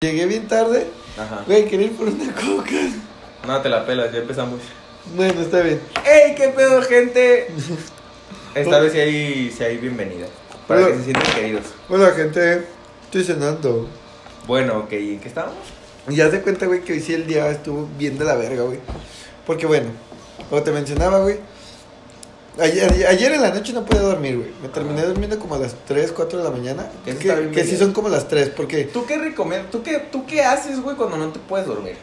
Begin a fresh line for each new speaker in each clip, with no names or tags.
Llegué bien tarde,
Ajá.
güey, quería ir por una coca.
No te la pelas, ya empezamos.
Bueno, está bien.
¡Ey, qué pedo, gente! Esta vez sí hay, sí hay bienvenida. Para
Hola.
que se sientan queridos.
Hola, gente, estoy cenando.
Bueno, ok, ¿en qué estábamos?
Y ya se cuenta, güey, que hoy sí el día estuvo bien de la verga, güey. Porque, bueno, como te mencionaba, güey, ayer, ayer en la noche no pude dormir, güey. Me terminé
Ajá.
durmiendo como a las 3, 4 de la mañana.
Eso
Que,
está bien
que sí
verga.
son como las 3, porque
¿Tú qué recomiendas? ¿Tú qué, ¿Tú qué haces, güey, cuando no te puedes dormir?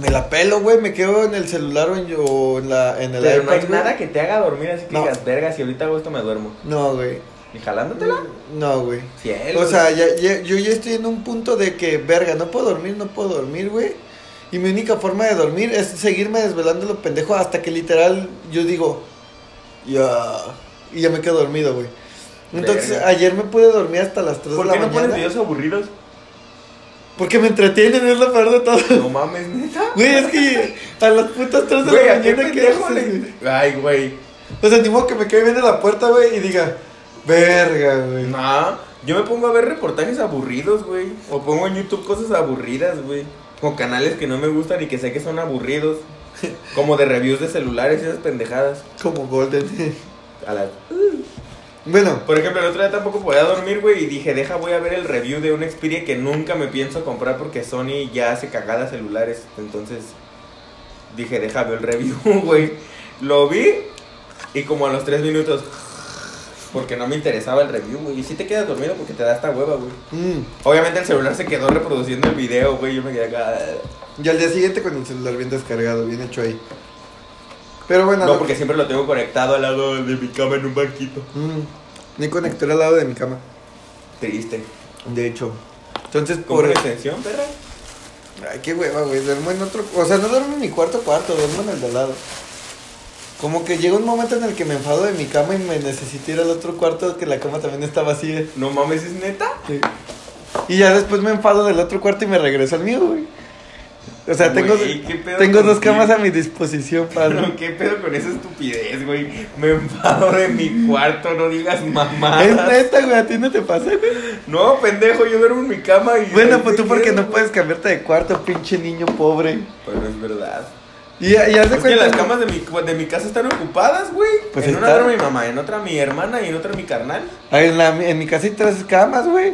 me la pelo, güey, me quedo en el celular o en, o en, la, en el
Pero no hay
iPad, güey.
nada que te haga dormir, así que
No.
digas, verga, si ahorita hago esto me duermo.
No, güey.
¿Y jalándotela?
No, güey.
Fiel.
O
güey.
sea, ya- ya- yo ya estoy en un punto de que, verga, no puedo dormir, no puedo dormir, güey. Y mi única forma de dormir es seguirme desvelando lo pendejo hasta que literal yo digo, ya. Y ya me quedo dormido, güey. Entonces,
Verga.
ayer me pude dormir hasta las 3
¿Por
de
qué
la
no pones
mañana.
videos aburridos?
porque me entretienen, es lo peor de todo.
No mames, neta.
Güey, es que a las putas 3 de
Güey,
la
¿a qué
mañana, ¿qué
pendejo
haces, güey?
le... Ay, güey.
O sea, ni modo que me quede bien en la puerta, güey, y diga, verga, güey.
No, yo me pongo a ver reportajes aburridos, güey. O pongo en YouTube cosas aburridas, güey. Con canales que no me gustan y que sé que son aburridos. Como de reviews de celulares y esas pendejadas.
Como Golden.
A la-
bueno,
Por ejemplo, el otro día tampoco podía dormir, güey. Y dije, deja, voy a ver el review de un Xperia que nunca me pienso comprar porque Sony ya hace cagadas celulares. Entonces, dije, deja, veo el review, güey. Lo vi y como a los tres minutos... Porque no me interesaba el review, güey. Y si te quedas dormido porque te da esta hueva, güey.
mm,
Obviamente el celular se quedó reproduciendo el video, güey. Yo me quedé acá.
Y al día siguiente con el celular bien descargado, bien hecho ahí. Pero bueno,
No,
lo-
porque siempre lo tengo conectado al lado de mi cama en un banquito.
Mm, ni conector al lado de mi cama.
Triste.
De hecho. Entonces,
¿Con
por.
una extensión, perra?
Ay, qué hueva, güey. Duermo en otro. O sea, no duermo en mi cuarto cuarto, duermo en el de al lado. Como que llega un momento en el que me enfado de mi cama y me necesito ir al otro cuarto, que la cama también está vacía.
No mames, ¿es neta?
Sí. Y ya después me enfado del otro cuarto y me regreso al mío, güey. O sea, tengo,
Güey, ¿qué pedo
tengo dos
contigo?
camas a mi disposición para.
No, ¿qué pedo con esa estupidez, güey? Me enfado de mi cuarto, no digas
Es
mamadas.
neta, güey, a ti no te pasa, güey.
No, pendejo, yo duermo en mi cama y...
Bueno, pues tú porque no
Güey.
puedes cambiarte de cuarto, pinche niño pobre.
Pero es verdad.
Y, y haz de
Es que
cuenta.
las camas de mi, de mi casa están ocupadas, güey.
Pues
en una
está-
duerme mi mamá, en otra mi hermana y en otra mi carnal.
Ay, En, la- en mi casa hay tres camas, güey.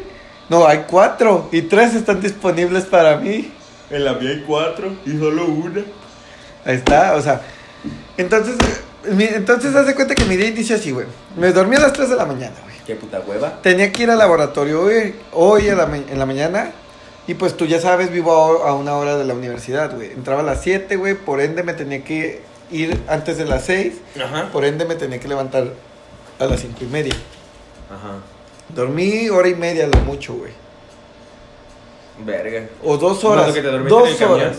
No, hay cuatro. Y tres están disponibles para mí.
En la mía hay cuatro y solo una.
Ahí está, o sea. Entonces, mi- entonces haz de cuenta que mi día inició así, güey. Me dormí a las 3 de la mañana, güey.
Qué puta hueva.
Tenía que ir al laboratorio hoy, hoy a la ma- en la mañana. Y pues tú ya sabes, vivo a, ho- a una hora de la universidad, güey. Entraba a las 7, güey. Por ende me tenía que ir antes de las 6.
Ajá.
Por ende me tenía que levantar a las cinco y media.
Ajá.
Dormí hora y media a lo mucho, güey.
Verga.
O dos
No,
horas.
lo que te dormiste en el
dos
camión.
horas.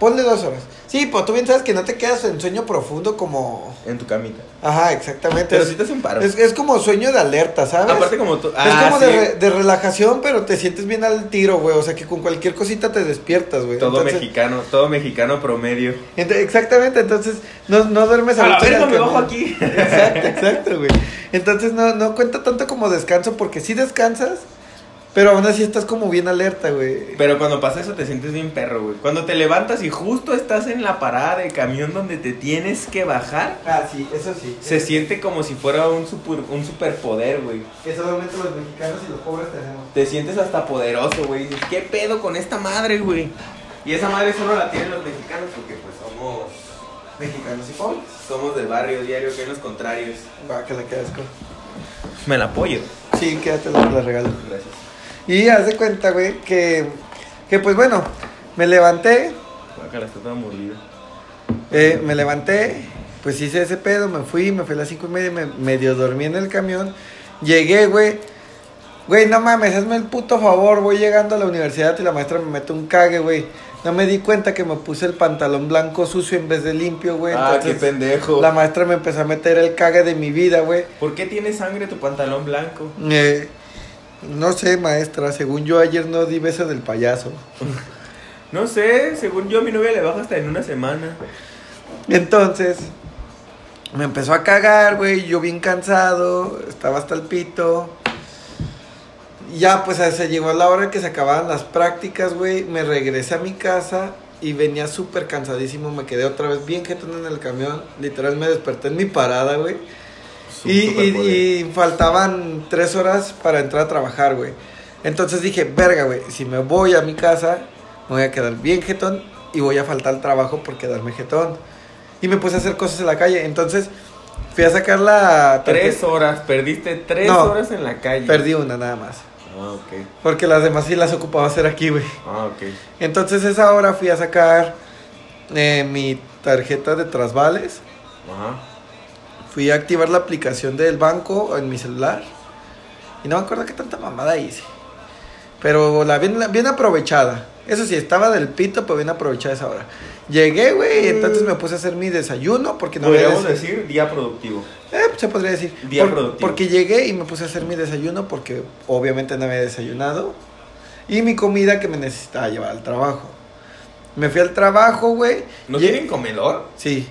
Ponle dos horas. Sí, pues tú bien sabes que no te quedas en sueño profundo como...
En tu camita.
Ajá, exactamente.
Pero
es,
si te hace un paro.
es, es como sueño de alerta, ¿sabes?
Aparte como tú...
es
Ah,
como
sí.
de, re- de relajación, pero te sientes bien al tiro, güey. O sea, que con cualquier cosita te despiertas, güey.
Todo
Entonces-
mexicano, todo mexicano promedio.
ente- exactamente, entonces no, no duermes
A la
mucho en el
verga, me
camión.
bajo aquí.
Exacto, exacto, güey. Entonces no, no cuenta tanto como descanso, porque sí descansas, pero aún así estás como bien alerta, güey.
Pero cuando pasa eso te sientes bien perro, güey. Cuando te levantas y justo estás en la parada de camión donde te tienes que bajar,
Ah, sí, eso sí.
se siente como si fuera un, super, un superpoder, güey.
Que solamente los mexicanos y los pobres tenemos.
Te sientes hasta poderoso, güey. Dices, ¿qué pedo con esta madre, güey? Y esa madre solo la tienen los mexicanos porque pues somos...
Mexicanos y pobres.
Somos del barrio diario, que en los contrarios.
Va, que la quedas con.
Me la apoyo.
Sí, quédate la, la regalo.
Gracias.
Y haz de cuenta, güey, que, que pues bueno, me levanté,
Acá la está toda mordida.
Eh, me levanté, pues hice ese pedo, me fui, me fui a las cinco y media, me medio dormí en el camión. Llegué, güey. Güey, no mames, hazme el puto favor, voy llegando a la universidad y la maestra me mete un cague, güey. No me di cuenta que me puse el pantalón blanco sucio en vez de limpio, güey.
ah, qué
Pues, Entonces,
pendejo.
la maestra me empezó a meter el cague de mi vida, güey.
¿Por qué tiene sangre tu pantalón blanco?
Eh, no sé, maestra, según yo ayer no di beso del payaso.
No sé, según yo a mi novia le bajo hasta en una semana.
Entonces, me empezó a cagar, güey. Yo bien cansado, estaba hasta el pito. Ya, pues a- se llegó la hora que se acababan las prácticas, güey. Me regresé a mi casa y venía súper cansadísimo. Me quedé otra vez bien jetón en el camión. Literal, me desperté en mi parada, güey.
Su-
Y,
superpoder.
y- y faltaban tres horas para entrar a trabajar, güey. Entonces dije, verga, güey, si me voy a mi casa, me voy a quedar bien jetón y voy a faltar al trabajo por quedarme jetón. Y me puse a hacer cosas en la calle. Entonces fui a sacar la...
Tres
tarjeta-
horas, perdiste tres
No.
horas en la calle.
Perdí una nada más.
Ah, ok.
Porque las demás sí las ocupaba hacer aquí, güey.
Ah, ok.
Entonces esa hora fui a sacar eh, mi tarjeta de trasvales.
Ajá.
Fui a activar la aplicación del banco en mi celular. Y no me acuerdo qué tanta mamada hice. Pero la bien, la- bien aprovechada. Eso sí, estaba del pito, pero bien aprovechada esa hora. Llegué, güey, y entonces me puse a hacer mi desayuno porque no había
Mm. Podríamos
des-
decir día productivo.
Eh, se podría decir.
Día
Por-
productivo.
Porque llegué y me puse a hacer mi desayuno porque obviamente no había desayunado. Y mi comida que me necesitaba llevar al trabajo. Me fui al trabajo, güey.
¿No
Lle-
tienen comedor?
Sí,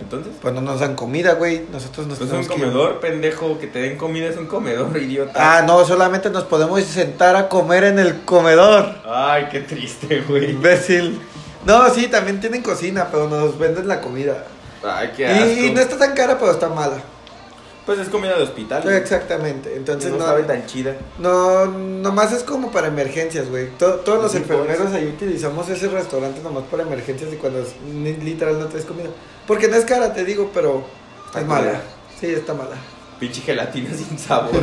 Entonces.
pues no nos dan comida, güey. Nosotros nos
No es un
tenemos que-
comedor, pendejo. Que te den comida es un comedor, idiota.
Ah, no, solamente nos podemos sentar a comer en el comedor.
Ay, qué triste, güey.
Imbécil. No, sí, también tienen cocina, pero nos venden la comida.
Ay, qué asco.
Y, y no está tan cara, pero está mala.
Pues es comida de hospital. güey.
Exactamente. Entonces
no,
no,
sabe tan chida.
No, nomás es como para emergencias, güey. To- todos los
Sí, pues.
enfermeros
por
ahí utilizamos ese restaurante nomás para emergencias y cuando es- ni- literal no traes comida. Porque no es cara, te digo, pero
Está
es mala.
culera.
Sí, está mala.
Pinche gelatina sin sabor.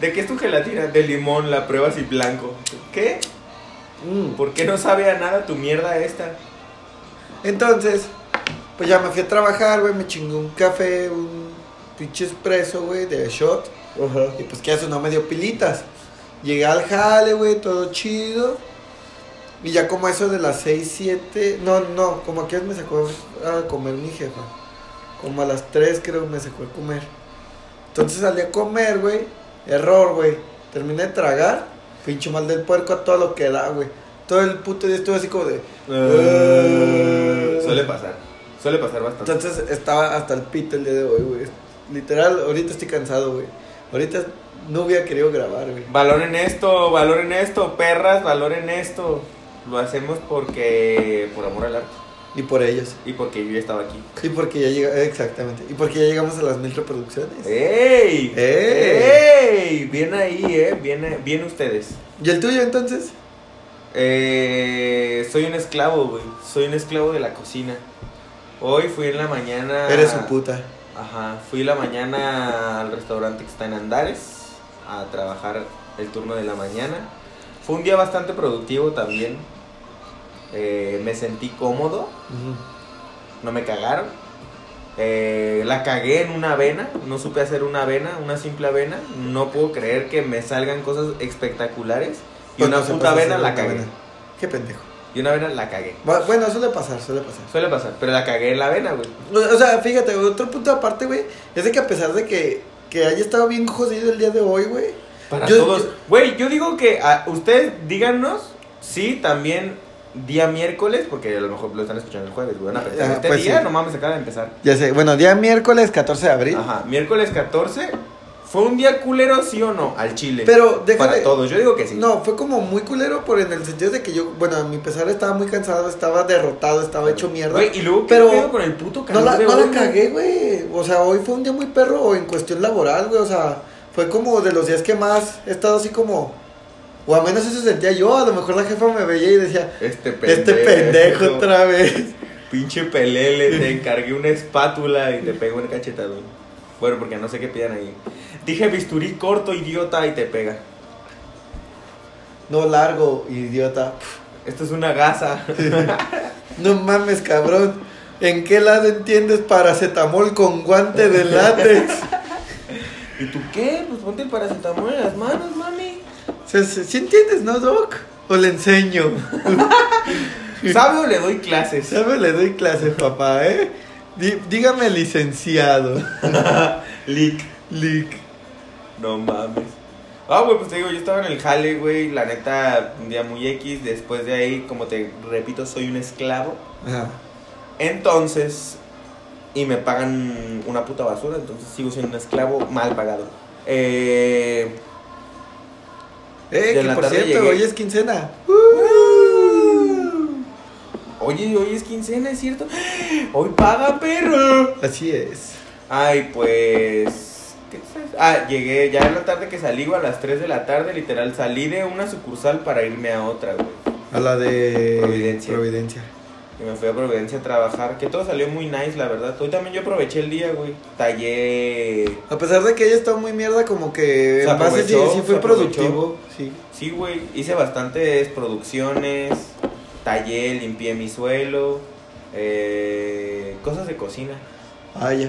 ¿De qué es tu gelatina? De limón, la pruebas y blanco. ¿Qué?
Mm.
¿Por qué no sabe a nada tu mierda esta?
Entonces, pues ya me fui a trabajar, güey, me chingó un café, un pinche espresso, güey, de shot. Y pues que eso no me dio pilitas. Llegué al jale, güey, todo chido. Y ya como eso de las 6, 7. No, no, como aquí me sacó a comer mi jefa. Como a las 3 creo que me sacó a comer. Entonces salí a comer, güey. Error, güey. Terminé de tragar. Pincho mal del puerco a todo lo que da, güey. Todo el puto día estuve así como de.
Eh, Suele pasar. Suele pasar bastante.
Entonces estaba hasta el pito el día de hoy, güey. Literal, ahorita estoy cansado, güey. Ahorita no hubiera querido grabar, güey.
Valoren esto, valoren esto, perras, valoren esto. Lo hacemos porque. por amor al arte.
Y por ellos.
Y porque yo ya estaba aquí.
Y porque ya llega, exactamente. Y porque ya llegamos a las mil reproducciones.
¡Ey!
¡Ey!
¡Ey! Bien ahí, eh. Bien, bien ustedes.
¿Y el tuyo entonces?
Eh, soy un esclavo, güey. Soy un esclavo de la cocina. Hoy fui en la mañana.
Eres un puta.
Ajá, fui la mañana al restaurante que está en Andares a trabajar el turno de la mañana. Fue un día bastante productivo también. Eh, me sentí cómodo, no me cagaron. Eh, la cagué en una avena, no supe hacer una avena, una simple avena. No puedo creer que me salgan cosas espectaculares. Y
Pues
una
no se
puta
pasa
avena
hacer
la
una
cagué.
avena. Qué pendejo.
Y una avena la cagué.
Bu- Bueno, suele pasar, suele pasar.
Suele pasar, pero la cagué en la avena, güey.
O o sea, fíjate, otro punto aparte, güey, es de que a pesar de que, que haya estado bien jodido el día de hoy, güey.
Para
yo-
todos. Güey, yo digo que a- ustedes díganos si también día miércoles, porque a lo mejor lo están escuchando el jueves, güey. van a pensar,
Ah,
este
pues
día
sí.
no mames, acaba de empezar.
Ya sé, bueno, día miércoles 14 de abril.
Ajá, miércoles 14. ¿Fue un día culero, sí o no? Al Chile.
Pero déjate.
Para todos, yo digo que sí.
No, fue como muy culero por en el sentido de que yo, bueno, a mi pesar estaba muy cansado, estaba derrotado, estaba hecho mierda.
Güey, y luego, ¿qué
pero
pedo con el puto
No
calor
la,
de
no
hoy,
la
güey?
cagué, güey. O sea, hoy fue un día muy perro en cuestión laboral, güey. O sea, fue como de los días que más he estado así como. O al menos eso sentía yo. A lo mejor la jefa me veía y decía:
Este pendejo.
Este pendejo otra vez.
Pinche pelele, te encargué una espátula y te pego el cachetadón. Bueno, porque no sé qué pidan ahí. Dije bisturí corto, idiota, y te pega.
No largo, idiota.
Esto es una gasa.
No mames, cabrón. ¿En qué lado entiendes paracetamol con guante de látex?
¿Y tú qué? Pues ponte el paracetamol en las manos, mami.
Si entiendes, no, Doc? O le enseño.
¿Sabe o le doy clases?
¿Sabe? Le doy clases, papá, ¿eh? Dí- dígame, licenciado.
Lick.
Lick.
No mames. Ah, güey, pues te digo, yo estaba en el jale, güey. La neta, un día muy X. Después de ahí, como te repito, soy un esclavo.
Ajá.
Entonces, y me pagan una puta basura, entonces sigo siendo un esclavo mal pagado. Eh,
Eh,
Y en
que
la
por
tarde
cierto,
llegué.
hoy es quincena. Uh.
Oye, hoy es quincena, ¿es cierto? Hoy paga, perro.
Así es.
Ay, pues. ¿Qué es eso? Ah, llegué ya en la tarde que salí, güey, a las 3 de la tarde, literal. Salí de una sucursal para irme a otra, güey.
A la de
Providencia.
Providencia.
Y me fui a Providencia a trabajar, que todo salió muy nice, la verdad. Hoy también yo aproveché el día, güey. Tallé.
A pesar de que ella está muy mierda, como que
Se
en base sí,
aprovechó,
sí fue
se aprovechó.
productivo. Sí.
Sí, güey. Hice bastantes producciones. Tallé, limpié mi suelo. eh, cosas de cocina.
Ah, ya.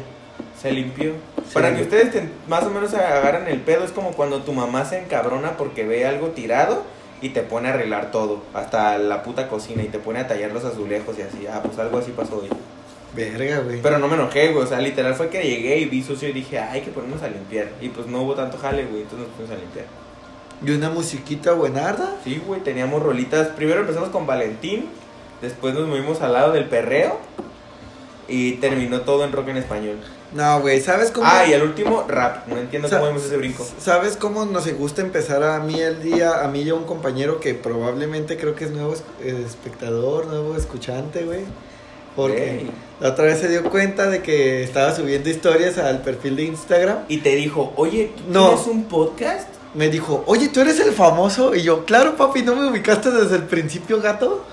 Se limpió.
Sí.
Para que ustedes te- más o menos agarren el pedo, es como cuando tu mamá se encabrona porque ve algo tirado y te pone a arreglar todo, hasta la puta cocina y te pone a tallar los azulejos y así. Ah, pues algo así pasó hoy.
Verga, güey.
Pero no me enojé, güey. O sea, literal fue que llegué y vi sucio y dije, "Ah, hay que ponernos a limpiar. Y pues no hubo tanto jale, güey. Entonces nos pusimos a limpiar.
Y una musiquita buenarda.
Sí, güey, teníamos rolitas. Primero empezamos con Valentín, después nos movimos al lado del perreo y terminó todo en rock en español.
No, güey, ¿sabes cómo?
Ah, y al último, rap. No entiendo
O sea,
cómo vimos ese brinco.
¿Sabes cómo nos gusta empezar a mí el día, a mí y a un compañero que probablemente creo que es nuevo es- eh, espectador, nuevo escuchante, güey? Porque
Ey.
la otra vez se dio cuenta de que estaba subiendo historias al perfil de Instagram.
Y te dijo, oye, ¿tú
No.
tienes un podcast?
Me dijo, oye, ¿tú eres el famoso? Y yo, claro, papi, ¿no me ubicaste desde el principio, gato?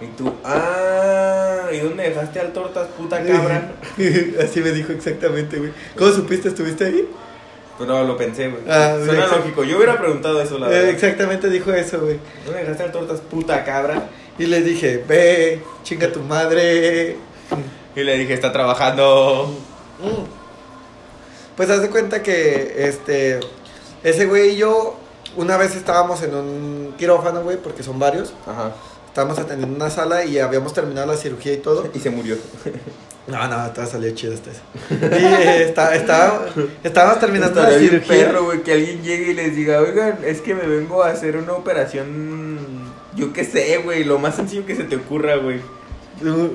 Y tú, ah, ¿y dónde dejaste al tortas, puta cabra?
Así me dijo exactamente, güey. ¿Cómo supiste? ¿Estuviste ahí?
Pero no, lo pensé, güey.
Ah,
Suena
exacto.
lógico. Yo hubiera preguntado eso, la
Eh,
verdad.
exactamente dijo eso, güey.
¿Dónde dejaste al tortas, puta cabra?
Y le dije, ve, chinga tu madre.
Y le dije, está trabajando.
Mm. Pues haz de cuenta que este ese güey y yo una vez estábamos en un quirófano, güey, porque son varios.
Ajá.
Estábamos atendiendo una sala y habíamos terminado la cirugía y todo.
Y se murió.
No, no, te salió chido este. Y eh, está- estaba- estábamos terminando la
Estaría bien
cirugía.
perro, güey, que alguien llegue y les diga, oigan, es que me vengo a hacer una operación, yo qué sé, güey, lo más sencillo que se te ocurra, güey.
Uh,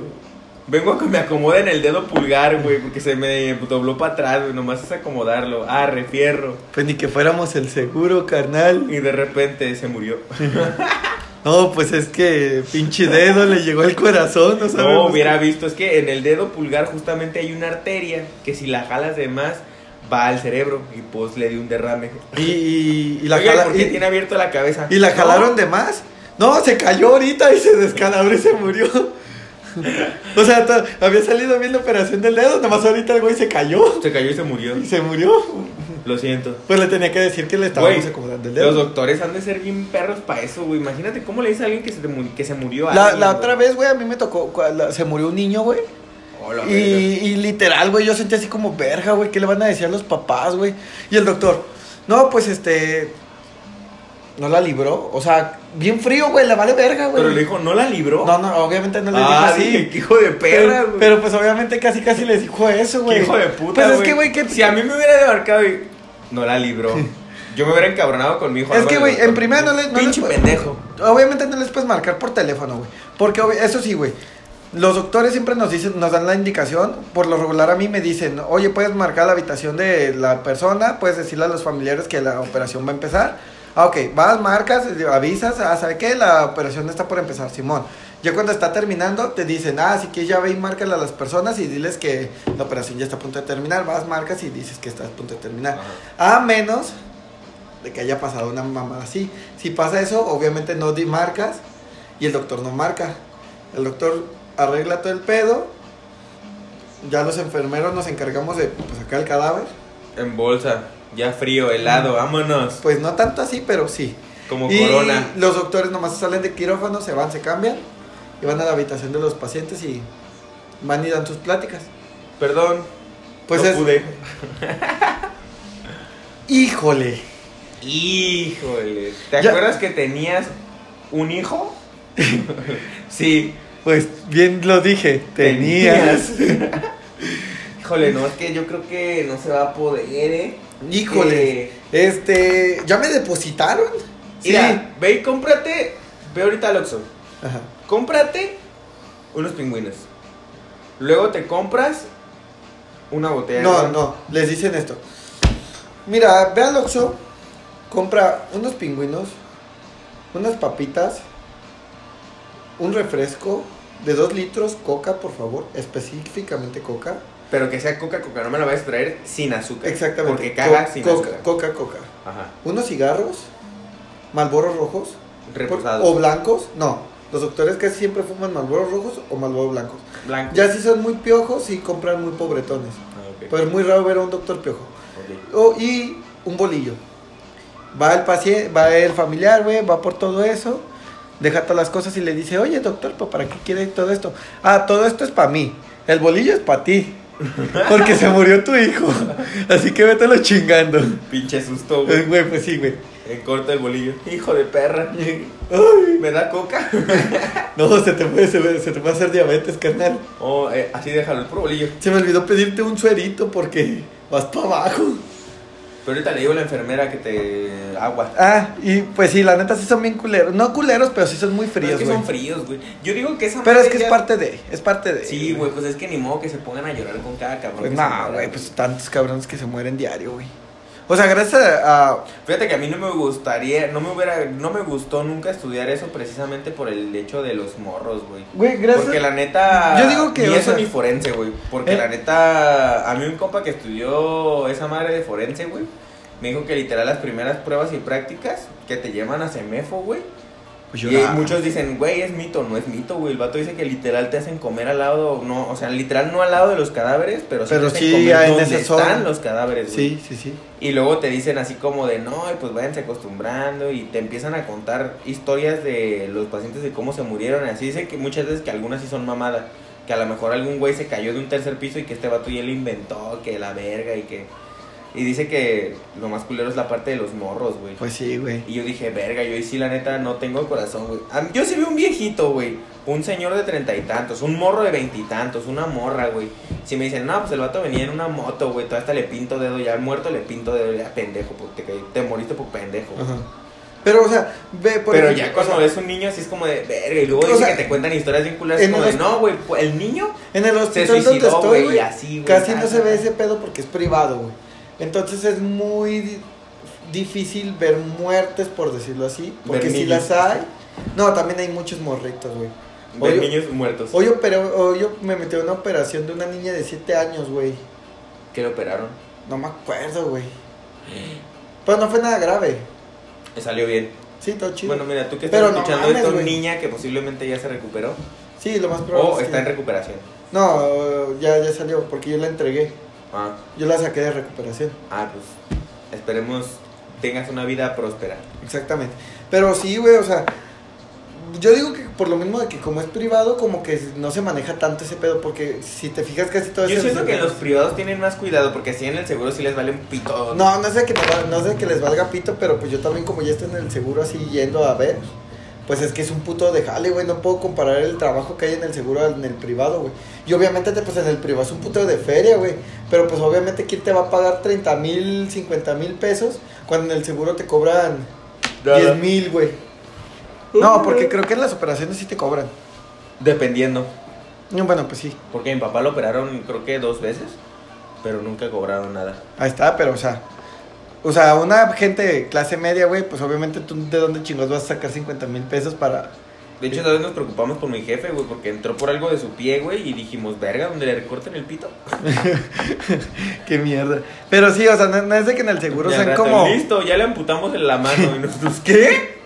Vengo a que me acomoden el dedo pulgar, güey, porque se me dobló para atrás, güey, nomás es acomodarlo. Ah, refierro.
Pues ni que fuéramos el seguro, carnal.
Y de repente se murió.
No, pues es que pinche dedo le llegó al corazón, no
No
sabemos.
hubiera visto, es que en el dedo pulgar justamente hay una arteria que si la jalas de más va al cerebro y pues le dio un derrame.
Y, y- y la
Oigan,
jala-
¿por qué
y-
tiene abierto la cabeza?
¿Y la
No,
jalaron de más? No, se cayó ahorita y se descalabró y se murió. O sea, to- había salido bien la operación del dedo, nomás ahorita el güey se cayó
Se cayó y se murió.
y se murió.
Lo siento.
Pues le tenía que decir que le estábamos
Güey,
acomodando el
los
dedo.
doctores han de ser bien perros para eso, güey. Imagínate cómo le dice a alguien que se, te muri- que se murió. a
La,
alguien,
la
güey.
otra vez, güey, a mí me tocó, cua- la- se murió un niño, güey.
Hola,
Y,
verga.
y literal, güey, yo sentí así como verga, güey, ¿qué le van a decir a los papás, güey? Y el doctor, no, pues este, no la libró. O sea, bien frío, güey, la vale verga, güey.
Pero le dijo, ¿no la libró?
No, no, obviamente no le dijo
ah,
así.
dije, qué hijo de perra,
Pero,
güey.
pero, pues obviamente casi casi les dijo eso, güey.
Qué hijo de puta,
Pues es que, güey, que...
Si a mí me hubiera debarcado y... No la libró. Yo me hubiera encabronado con mi hijo.
Es
algo
que,
del
güey,
doctor.
en primera no le- no
Pinche
le-
pendejo.
Obviamente no les puedes marcar por teléfono, güey. Porque obvi- eso sí, güey. Los doctores siempre nos dicen, nos dan la indicación. Por lo regular a mí me dicen, oye, puedes marcar la habitación de la persona, puedes decirle a los familiares que la operación va a empezar. Ah, ok, vas, marcas, avisas, ah, ¿sabe qué? La operación está por empezar, Simón. Ya cuando está terminando, te dicen, ah, si quieres ya ve y márcale a las personas y diles que la operación ya está a punto de terminar. Vas, marcas y dices que está a punto de terminar.
Ajá.
A menos de que haya pasado una mamada así. Si pasa eso, obviamente no di marcas y el doctor no marca. El doctor arregla todo el pedo. Ya los enfermeros nos encargamos de pues, sacar el cadáver.
En bolsa. Ya frío, helado, vámonos.
Pues no tanto así, pero sí.
Como
y
corona.
los doctores nomás salen de quirófano, se van, se cambian y van a la habitación de los pacientes y van y dan sus pláticas.
Perdón.
Pues
no
es,
pude.
híjole.
Híjole. ¿Te
Ya-
acuerdas que tenías un hijo? sí.
Pues bien lo dije, tenías.
Híjole, no, es que yo creo que no se va a poder, ¿eh?
Híjole.
Eh,
Este, ¿ya me depositaron?
Mira, ve y cómprate. Ve ahorita al Oxxo.
Ajá.
Cómprate unos pingüinos. Luego te compras una botella. de
No,
ron.
no, les dicen esto. Mira, ve al Oxxo, compra unos pingüinos, unas papitas, un refresco de 2 litros, coca, por favor, específicamente coca.
Pero que sea coca, coca, no me la vayas a traer sin azúcar.
Exactamente.
Porque caga
Co-
sin
coca,
azúcar.
coca, coca.
Ajá.
Unos cigarros, malboros rojos. por-
Reposados.
o blancos, no. Los doctores casi siempre fuman malboros rojos o malboros blancos.
Blanco.
Ya si son muy piojos y compran muy pobretones.
Ah, ok,
Pero es muy raro ver a un doctor piojo.
ok.
O- y un bolillo. Va el paciente, va el familiar, güey, va por todo eso, deja todas las cosas y le dice, oye doctor, pues para qué quiere todo esto. Ah, todo esto es para mí. El bolillo es para ti. Porque se murió tu hijo. Así que vételo chingando.
Pinche susto,
Eh,
güey.
Güey, pues sí, güey.
En corto el bolillo. Hijo de perra.
Ay,
¿Me da coca?
No, se te puede, se, se te puede hacer diabetes, carnal.
O eh, así déjalo, el puro bolillo.
Se me olvidó pedirte un suerito porque vas para abajo.
Pero ahorita le digo a la enfermera que te agua.
Ah, y pues sí, la neta sí son bien culeros. No culeros, pero sí son muy
Pero
fríos,
es que
güey.
son fríos, güey. Yo digo que esa
Pero es
madre
que es
ya-
parte de, es parte de.
Sí, güey, pues es que ni modo que se pongan a llorar con cada cabrón.
Pues
que se muera,
no, güey, pues tantos cabrones que se mueren diario, güey. O sea, gracias a. a-
Fíjate que a mí no me gustaría, no me hubiera, no me gustó nunca estudiar eso precisamente por el hecho de los morros, güey.
Güey, gracias.
Porque la neta.
Yo digo que,
Ni
o
eso
sea-
ni forense, güey. Porque
¿Eh?
la neta. A mí un compa que estudió esa madre de forense, güey. Me dijo que literal las primeras pruebas y prácticas que te llevan a Semefo, güey.
Pues
Y muchos dicen, güey, es mito, no es mito, güey. El vato dice que literal te hacen comer al lado, no, o sea, literal no al lado de los cadáveres, pero sí,
Pero
te hacen
sí
comer
hay en
donde
esa
están
zona.
los cadáveres, güey.
Sí, sí, sí.
Y luego te dicen así como de, no, y pues váyanse acostumbrando y te empiezan a contar historias de los pacientes de cómo se murieron. Así dice que muchas veces que algunas sí son mamadas. Que a lo mejor algún güey se cayó de un tercer piso y que este vato ya lo inventó, que la verga y que... Y dice que lo más culero es la parte de los morros, güey.
Pues sí, güey.
Y yo dije, verga, yo ahí sí la neta no tengo corazón, güey. A mí- Yo sí vi un viejito, güey. Un señor de treinta y tantos, un morro de veintitantos, una morra, güey. Si me dicen, no, pues el vato venía en una moto, güey. Todavía hasta le pinto dedo, ya muerto le pinto dedo, ya pendejo, porque te, te moriste por pendejo. güey.
Ajá. Pero, o sea, ve por
Pero
ejemplo,
ya cuando
o sea,
ves un niño así es como de verga. Y luego
O
dice
sea,
que te cuentan historias bien culeras,
en
como de
los-
no, güey. pues, El niño
En el
se
hospital donde
suicidó,
estoy,
güey, y
güey,
así, güey.
casi
tal,
no se
tal,
ve
tal.
ese pedo porque es privado, güey. Entonces es muy di- difícil ver muertes, por decirlo así. Porque
Ver
si
niños.
las hay. No, también hay muchos morritos, güey.
Ver
Oye-
niños muertos.
Hoy, operé- hoy yo me metí a una operación de una niña de 7 años, güey.
Que lo operaron.
No me acuerdo, güey. Pero no fue nada grave.
Salió bien.
Sí, todo chido.
Bueno, mira, tú que
Pero
estás
no
escuchando
mames,
esto,
güey.
niña que posiblemente ya se recuperó.
sí, lo más probable.
O
es
oh, está en
que...
recuperación.
No, ya, ya salió porque yo la entregué.
Ah,
Yo la saqué de recuperación.
ah, pues esperemos tengas una vida próspera.
Exactamente. Pero sí, güey, o sea, yo digo que por lo mismo de que como es privado, como que no se maneja tanto ese pedo, porque si te fijas casi todo
Yo
eso-
siento que los privados tienen más cuidado porque si en el seguro sí les vale un pito.
No, no sé, que me va- no sé que les valga pito, pero pues yo también como ya estoy en el seguro así yendo a ver, pues es que es un puto de jale, güey, no puedo comparar el trabajo que hay en el seguro al- en el privado, güey. Y obviamente te- pues en el privado es un puto de feria, güey, pero pues obviamente quién te va a pagar 30 mil, 50 mil pesos cuando en el seguro te cobran
Nada.
10 mil, güey. No, porque creo que en las operaciones sí te cobran.
Dependiendo.
No, Bueno, pues sí,
Porque a mi papá lo operaron creo que dos veces, pero nunca cobraron nada.
ahí está, pero o sea, o sea, una gente de clase media, güey, pues obviamente tú de dónde chingados vas a sacar 50 mil pesos para...
De hecho, esa vez nos preocupamos por mi jefe, güey, porque entró por algo de su pie, güey, y dijimos, verga, donde le recorten el pito.
Qué mierda. Pero sí, o sea, no, no es de que en el seguro
Y al
sean
rato,
como.
Listo, ya le amputamos en la mano. Y nosotros, ¿qué?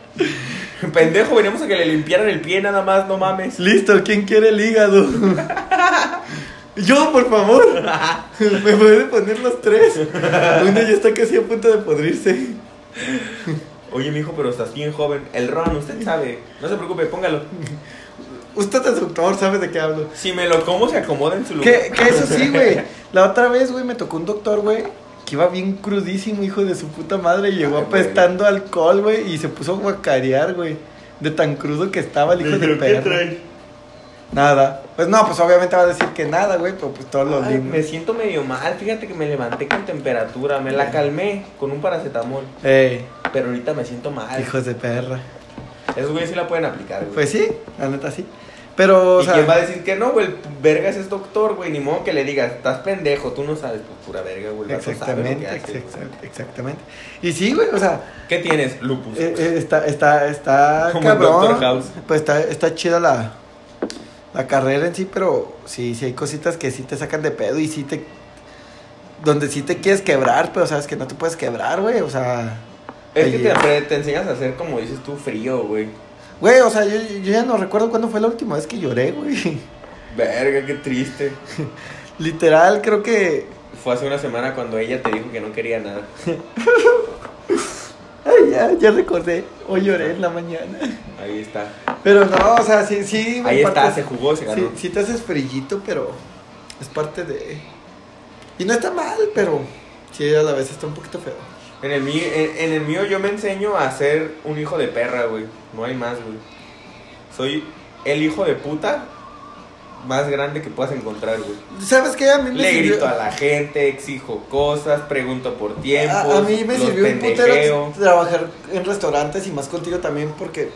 Pendejo, veníamos a que le limpiaran el pie nada más, no mames.
Listo, ¿quién quiere el hígado? Yo, por favor. Me voy a poner los tres. Uno ya está casi a punto de podrirse.
Oye, mijo, pero estás bien joven. El Ron, usted sabe. No se preocupe, póngalo.
Usted es doctor, sabe de qué hablo.
Si me lo como, se acomoda en su lugar.
Que, que eso sí, güey. La otra vez, güey, me tocó un doctor, güey, que iba bien crudísimo, hijo de su puta madre. y Llegó
Ay, güey.
apestando alcohol, güey, y se puso a guacarear, güey. De tan crudo que estaba el hijo de perro. Nada. Pues no, pues obviamente va a decir que nada, güey, pero pues todos los
Ay,
lindos.
me siento medio mal. Fíjate que me levanté con temperatura. Me la calmé con un paracetamol.
Ey,
Pero ahorita me siento mal.
hijos de perra.
Esos güeyes sí la pueden aplicar, güey.
Pues sí, la neta sí. Pero, o
¿Y
sea,
quién va a decir que no, güey? El Vergas es doctor, güey. Ni modo que le digas, estás pendejo, tú no sabes, pues pura verga, güey. el vato sabe lo que
exactamente,
hace, güey.
exacta- exactamente. Y sí, güey, o sea,
¿Qué tienes? Lupus.
Eh, eh, está, está, está
Como en
cabrón.
Doctor House.
Pues está, está chida la, la carrera en sí, pero sí, sí hay cositas que sí te sacan de pedo y sí te. Donde sí te quieres quebrar, pero sabes que no te puedes quebrar, güey. O sea.
es que
oye.
te, apre- te enseñas a ser, como dices tú, frío, güey.
Güey, o sea, yo, yo ya no recuerdo cuándo fue la última vez que lloré, güey.
Verga, qué triste.
Literal, creo que.
Fue hace una semana cuando ella te dijo que no quería nada.
Ay, ya, ya recordé. Hoy lloré en la mañana.
Ahí está.
Pero no, o sea, sí, sí.
Ahí
en
está,
parte-
se jugó, se
Sí,
ganó.
sí te haces frillito, pero es parte de... Y no está mal, pero sí a la vez está un poquito feo.
En, el mío, en, en el mío yo me enseño a ser un hijo de perra, güey. No hay más, güey. Soy el hijo de puta más grande que puedas encontrar, güey.
¿Sabes qué? A mí me
Le
sirvió...
grito a la gente, exijo cosas, pregunto por tiempos.
a- a mí me
los
sirvió un
pendejeo.
putero trabajar en restaurantes y más contigo también porque...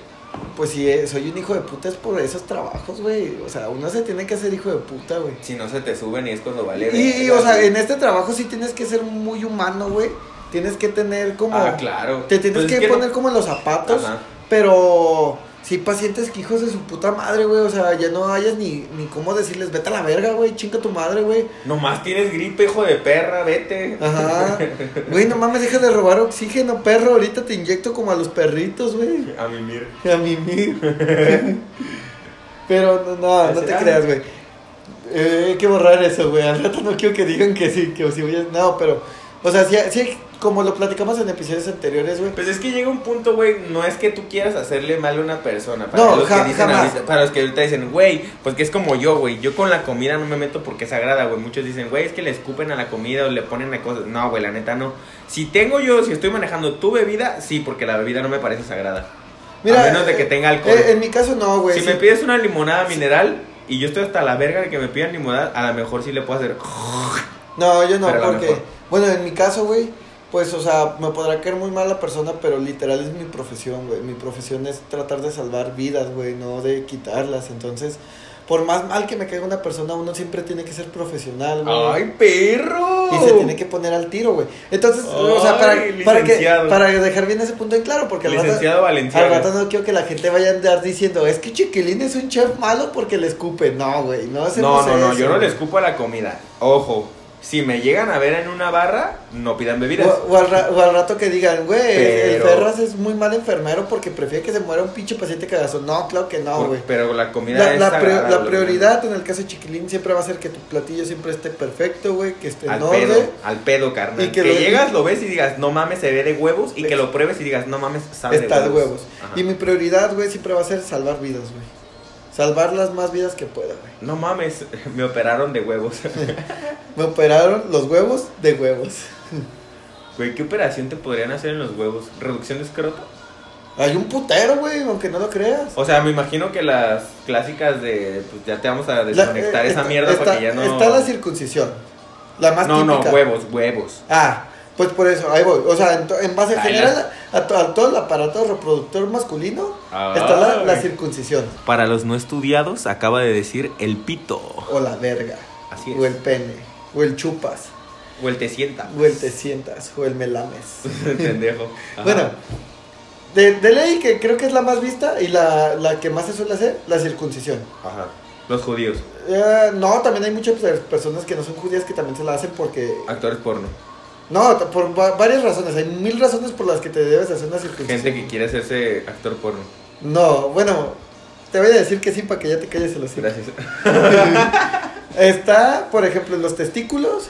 Pues si eh, soy un hijo de puta es por esos trabajos, güey. O sea, uno se tiene que hacer hijo de puta, güey.
Si no se te suben y es cuando vale.
Y,
verga,
o sea,
güey.
en este trabajo sí tienes que ser muy humano, güey. Tienes que tener como...
Ah, claro.
Te tienes
Pues es
que,
no-
poner como en los zapatos.
Ajá.
Pero sí, pacientes que hijos de su puta madre, güey. O sea, ya no hayas ni, ni cómo decirles, vete a la verga, güey, chinga tu madre, güey.
Nomás tienes gripe, hijo de perra, vete.
Ajá. Güey, no mames, deja de robar oxígeno, perro. Ahorita te inyecto como a los perritos, güey.
A mí, mira.
A mimir. Pero no, no, no te creas, güey. Eh, hay que borrar eso, güey. Al rato no quiero que digan que sí, que sí voy a... No, pero... O sea, sí, sí, como lo platicamos en episodios anteriores, güey.
Pues es que llega un punto, güey, no es que tú quieras hacerle mal a una persona. Para,
No,
los,
ja-
que dicen
jamás.
ahorita- para los que ahorita dicen, güey, pues que es como yo, güey. Yo con la comida no me meto porque es sagrada, güey. Muchos dicen, güey, es que le escupen a la comida o le ponen a cosas. No, güey, la neta no. Si tengo yo, si estoy manejando tu bebida, sí, porque la bebida no me parece sagrada. a menos de que tenga alcohol.
eh, en mi caso no, güey.
si
sí.
me pides una limonada mineral y yo estoy hasta la verga de que me pidan limonada, a lo mejor sí le puedo hacer.
No, yo no,
Pero a lo
porque,
mejor.
bueno, en mi caso, güey, pues, o sea, me podrá caer muy mal la persona, pero literal es mi profesión, güey. Mi profesión es tratar de salvar vidas, güey, no de quitarlas. Entonces, por más mal que me caiga una persona, uno siempre tiene que ser profesional, güey.
¡Ay, perro!
Y se tiene que poner al tiro, güey. Entonces, o sea, para,
Ay,
para que,
licenciado.
para dejar bien ese punto en claro, porque al rato,
Licenciado
al
Valenciano.
rato no quiero que la gente vaya a andar diciendo, es que Chiquilín es un chef malo porque le escupe. No, güey, no
No,
hacemos
no, no,
eso,
yo no le
güey.
escupo a la comida. Ojo, si me llegan a ver en una barra, no pidan bebidas.
O, o al ra- o al rato que digan, güey, el
Pero-
Ferras es muy mal enfermero porque prefiere que se muera un pinche paciente cagazo. No, claro que no,
Por-
güey.
pero la comida
La,
es
la
sagrada,
pri- la
güey.
prioridad en el caso de Chiquilín siempre va a ser que tu platillo siempre esté perfecto, güey, que esté
Al
en
pedo,
orden.
al pedo, carnal.
Y que
que
lo-
llegas, lo ves y digas, no mames, se ve de huevos. Y que lo pruebes y digas, no mames, sabe
Está de huevos.
Ajá.
Y mi prioridad, güey, siempre va a ser salvar vidas, güey. Salvar las más vidas que pueda, güey.
No mames, me operaron de huevos.
Me operaron los huevos de huevos.
Güey, ¿qué operación te podrían hacer en los huevos? ¿Reducción de escroto?
Hay un putero, güey, aunque no lo creas.
O sea, me imagino que las clásicas de, pues ya te vamos a
La-
desconectar
eh,
esa
está-
mierda
está,
porque ya no.
Está la circuncisión. La más
no, no,
típica.
huevos, huevos.
Ah, pues por eso, ahí voy. O sea, en, to- en base
Ay,
general a, to- a todo el aparato reproductor masculino
Ah,
está la, la
güey.
circuncisión
Para los no estudiados, acaba de decir el pito.
o la verga
Así es.
o el pene o el chupas
O el te sienta.
o el te sientas o el melames.
Pendejo. Ajá.
Bueno, de, de ley que creo que es la más vista y la, la que más se suele hacer, la circuncisión.
Ajá. Los judíos,
Eh, no, también hay muchas per- personas que no son judías que también se la hacen porque...
actores porno.
No, t- por va- varias razones, hay mil razones por las que te debes hacer una circuncisión.
Gente que quiere hacerse actor porno.
No, bueno, te voy a decir que sí para que ya te calles el hocico.
Gracias.
Está, por ejemplo, en los testículos.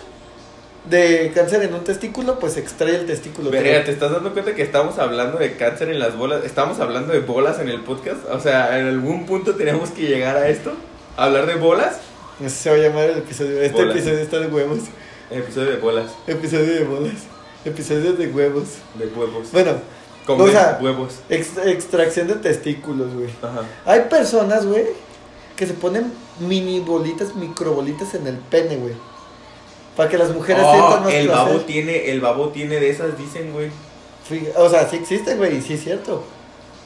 De cáncer en un testículo, pues se extrae el testículo.
Verga, ¿te estás dando cuenta que estamos hablando de cáncer en las bolas? ¿Estamos hablando de bolas en el podcast? O sea, en algún punto tenemos que llegar a esto. ¿Hablar de bolas?
Eso se va a llamar el episodio. Este
Bolas.
episodio está de huevos.
Episodio de bolas.
Episodio de bolas. Episodio de huevos.
De huevos.
Bueno,
Comer
o sea-
huevos.
ex- extracción de testículos, güey.
Ajá.
Hay personas, güey, que se ponen mini bolitas, microbolitas en el pene, güey. Para que las mujeres
Oh,
sientan más
el
placer.
babo tiene, el babo tiene de esas, dicen, güey.
Fija- O sea, sí existen, güey, y sí es cierto.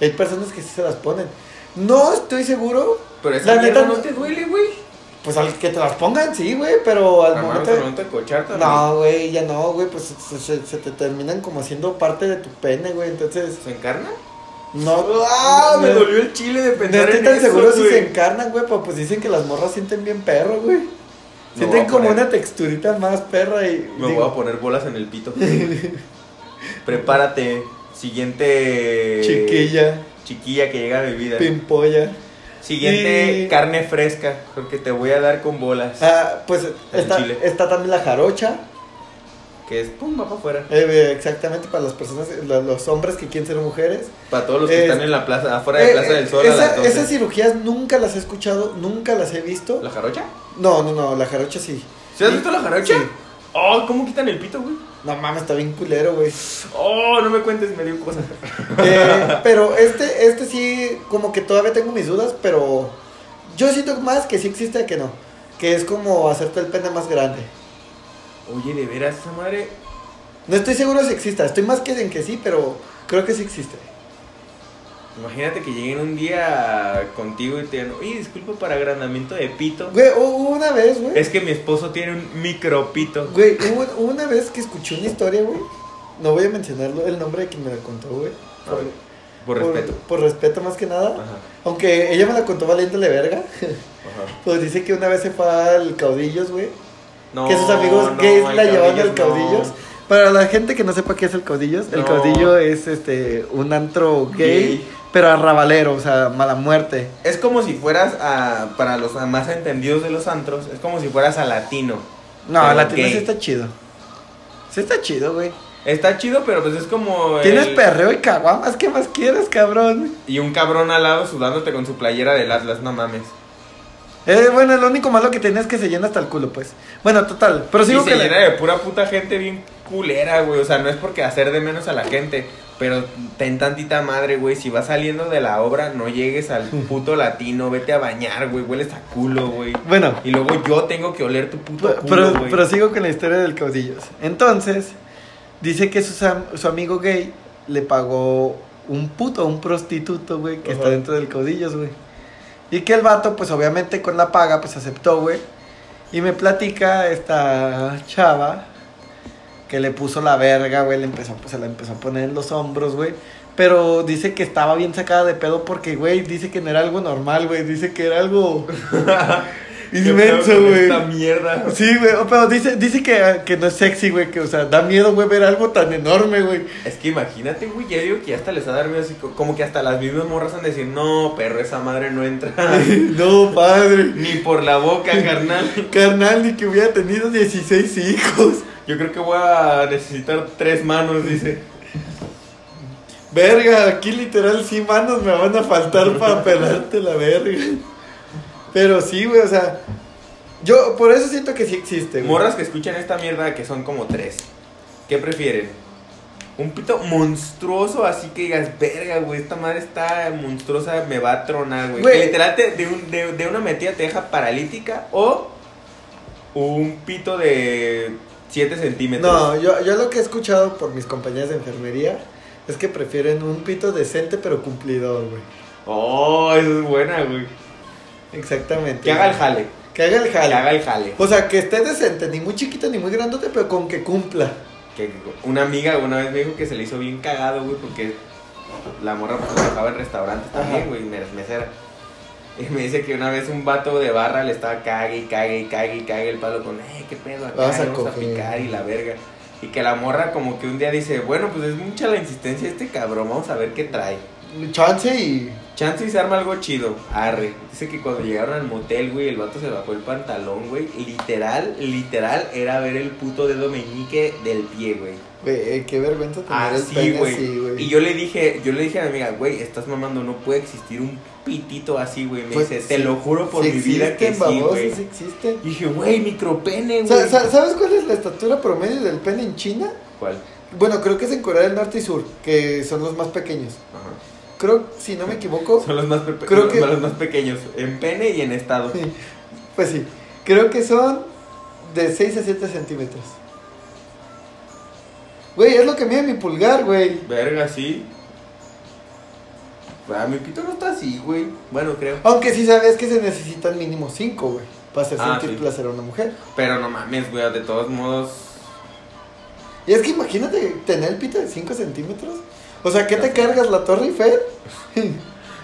Hay personas que sí se las ponen. No estoy seguro.
Pero esa
La
mierda
neta,
no te duele, güey.
Pues al que te las pongan, sí, güey, pero al
No mames,
momento.
pero no te cocharte,
No, güey, ya no, güey, pues se, se- se te terminan como siendo parte de tu pene, güey, entonces.
¿Se encarna?
No.
¡Ah! Me
no-
dolió el chile de
no
pensar
estoy
en
tan
eso,
seguro si
güey.
se encarnan, güey, pero pues dicen que las morras sienten bien perro, güey.
voy
Sienten
a
como
poner-
una texturita más perra y.
Me
digo,
voy a poner bolas en el pito. Prepárate. Siguiente.
Chiquilla,
Chiquilla que llega a mi vida.
pimpolla.
Siguiente,
Y-
carne fresca. Porque te voy a dar con bolas.
Ah, pues está,
Chile.
está también la jarocha.
Que es pum, va para afuera.
eh, exactamente para las personas, la- los hombres que quieren ser mujeres.
Para todos los que
Es-
están en la plaza, afuera de
Eh,
Plaza del
eh,
Sol. a
esa-
las 12.
esas cirugías nunca las he escuchado, nunca las he visto.
¿La jarocha?
No, no, no, la jarocha sí.
¿Sí has
Y-
visto la jarocha?
Sí.
Oh, ¿cómo quitan el pito, güey?
No mames, está bien culero, güey.
Oh, no me cuentes, me dio cosas.
Eh, pero este, este sí, como que todavía tengo mis dudas, pero yo siento más que sí existe que no. Que es como hacerte el pene más grande.
Oye, de veras, esa madre.
No estoy seguro si exista, estoy más que en que sí, pero creo que sí existe.
Imagínate que lleguen un día contigo y te digan, oye, disculpa para agrandamiento de pito.
Güey, hubo una vez, güey.
Es que mi esposo tiene un micropito.
Güey, hubo, hubo una vez que escuché una historia, güey. No voy a mencionarlo el nombre de quien me la contó, güey.
A ver, Por respeto. Ah.
Por respeto más que nada.
Ajá,
Aunque ella me la contó valiéndole verga.
ajá.
Pues dice que una vez se fue al Caudillos, güey.
No,
que sus amigos
no,
gays
el
la llevaban al
Caudillos,
Caudillos.
no.
Para la gente que no sepa qué es el Caudillos, el
No.
Caudillo es este un antro gay,
Gay.
pero arrabalero, o sea, mala muerte.
Es como si fueras a. Para los más entendidos de los antros, es como si fueras a latino.
No,
Pero
la tienda
gay.
sí está chido. Sí está chido, güey.
Está chido, pero pues es como.
Tienes
el-
perreo y caguamas, ¿qué más quieres, cabrón?
Y un cabrón al lado sudándote con su playera del Atlas, no mames.
Eh, bueno, lo único malo que tenía es que se llena hasta el culo, pues. Bueno, total, pero
y
sigo
se
que la-
llena de pura puta gente bien culera, güey. O sea, no es porque hacer de menos a la gente, pero ten tantita madre, güey. Si vas saliendo de la obra, no llegues al puto latino, vete a bañar, güey. Hueles a culo, güey.
Bueno,
Y luego yo tengo que oler tu puto
Pero,
culo,
pero,
güey.
pero sigo con la historia del caudillos. Entonces, dice que su, sam- su amigo gay le pagó un puto, un prostituto, güey, que está
Ajá.
dentro del caudillos, güey. Y que el vato, pues obviamente con la paga, pues aceptó, güey. Y me platica esta chava que le puso la verga, güey, le empezó, pues, se la empezó a poner en los hombros, güey. Pero dice que estaba bien sacada de pedo porque, güey, dice que no era algo normal, güey. Dice que era algo
¿Qué pedo
inmenso,
con
güey.
Esta mierda.
Sí, güey, oh, pero dice, dice que, que no es sexy, güey, que, o sea, da miedo, güey, ver algo tan enorme, güey.
Es que imagínate, güey, ya digo que ya hasta les ha dado miedo, así co- como que hasta las mismas morras han de decir, no, perro, esa madre no entra
No, padre.
ni por la boca, carnal.
Carnal, ni que hubiera tenido 16 hijos.
Yo creo que voy a necesitar tres manos, dice.
Verga, aquí literal sí manos me van a faltar para pelarte la verga. Pero sí, güey, o sea, yo por eso siento que sí existe, güey.
Morras que escuchan esta mierda que son como tres. ¿Qué prefieren? Un pito monstruoso, así que digas, verga, güey, esta madre está monstruosa, me va a tronar, güey.
Güey.
Que literal te- de, un- de- de una metida te deja paralítica o un pito de 7 centímetros.
No, yo, yo lo que he escuchado por mis compañeras de enfermería es que prefieren un pito decente pero cumplidor, güey.
Oh, eso es buena, güey.
Exactamente.
Que haga el jale.
Que haga el
Que
jale.
haga el jale.
O sea, que esté decente, ni muy chiquito ni muy grandote, pero con que cumpla.
Que una amiga una vez me dijo que se le hizo bien cagado, güey, porque la morra pues, trabajaba en restaurantes también,
Ajá.
güey, me- mesera. Y me dice que una vez un vato de barra le estaba cague y cague y cague y cague el palo con, eh, qué pedo, acá
Vas a
vamos a
coger".
picar y la verga. Y que la morra como que un día dice, bueno, pues es mucha la insistencia de este cabrón, vamos a ver qué trae.
Chance y.
Chance y se arma algo chido. Arre. Dice que cuando llegaron al motel, güey, el vato se bajó el pantalón, güey. Literal, literal, era ver el puto dedo meñique del pie, güey.
Güey, eh, qué vergüenza tener el
Así,
pene
Ah, güey.
así, güey.
y yo le dije, yo le dije a mi amiga, güey, estás mamando, no puede existir un pitito así, güey. Me
Pues,
dice, te
sí.
lo juro por
Sí
mi vida que
existen,
sí,
babosos,
güey.
sí existen.
Y dije, güey, micropene,
O
güey.
sea, sa- ¿Sabes cuál es la estatura promedio del pene en China?
¿Cuál?
Bueno, creo que es en Corea del Norte y Sur, que son los más pequeños.
Ajá.
Creo, si no me equivoco,
Son los más, pepe-
Creo
los-
que-
los más pequeños, en pene y en estado.
pues sí, creo que son de 6 a 7 centímetros. Güey, es lo que mide mi pulgar, güey.
Verga, sí. Ah, mi pito no está así, güey. Bueno, creo.
Aunque sí sabes que se necesitan mínimo cinco, güey, para hacer
Ah,
sentir
sí.
placer a una mujer.
Pero no mames, güey, de todos modos.
Y es que imagínate tener el pito de 5 centímetros. O sea, ¿qué te cargas? ¿La Torre Eiffel?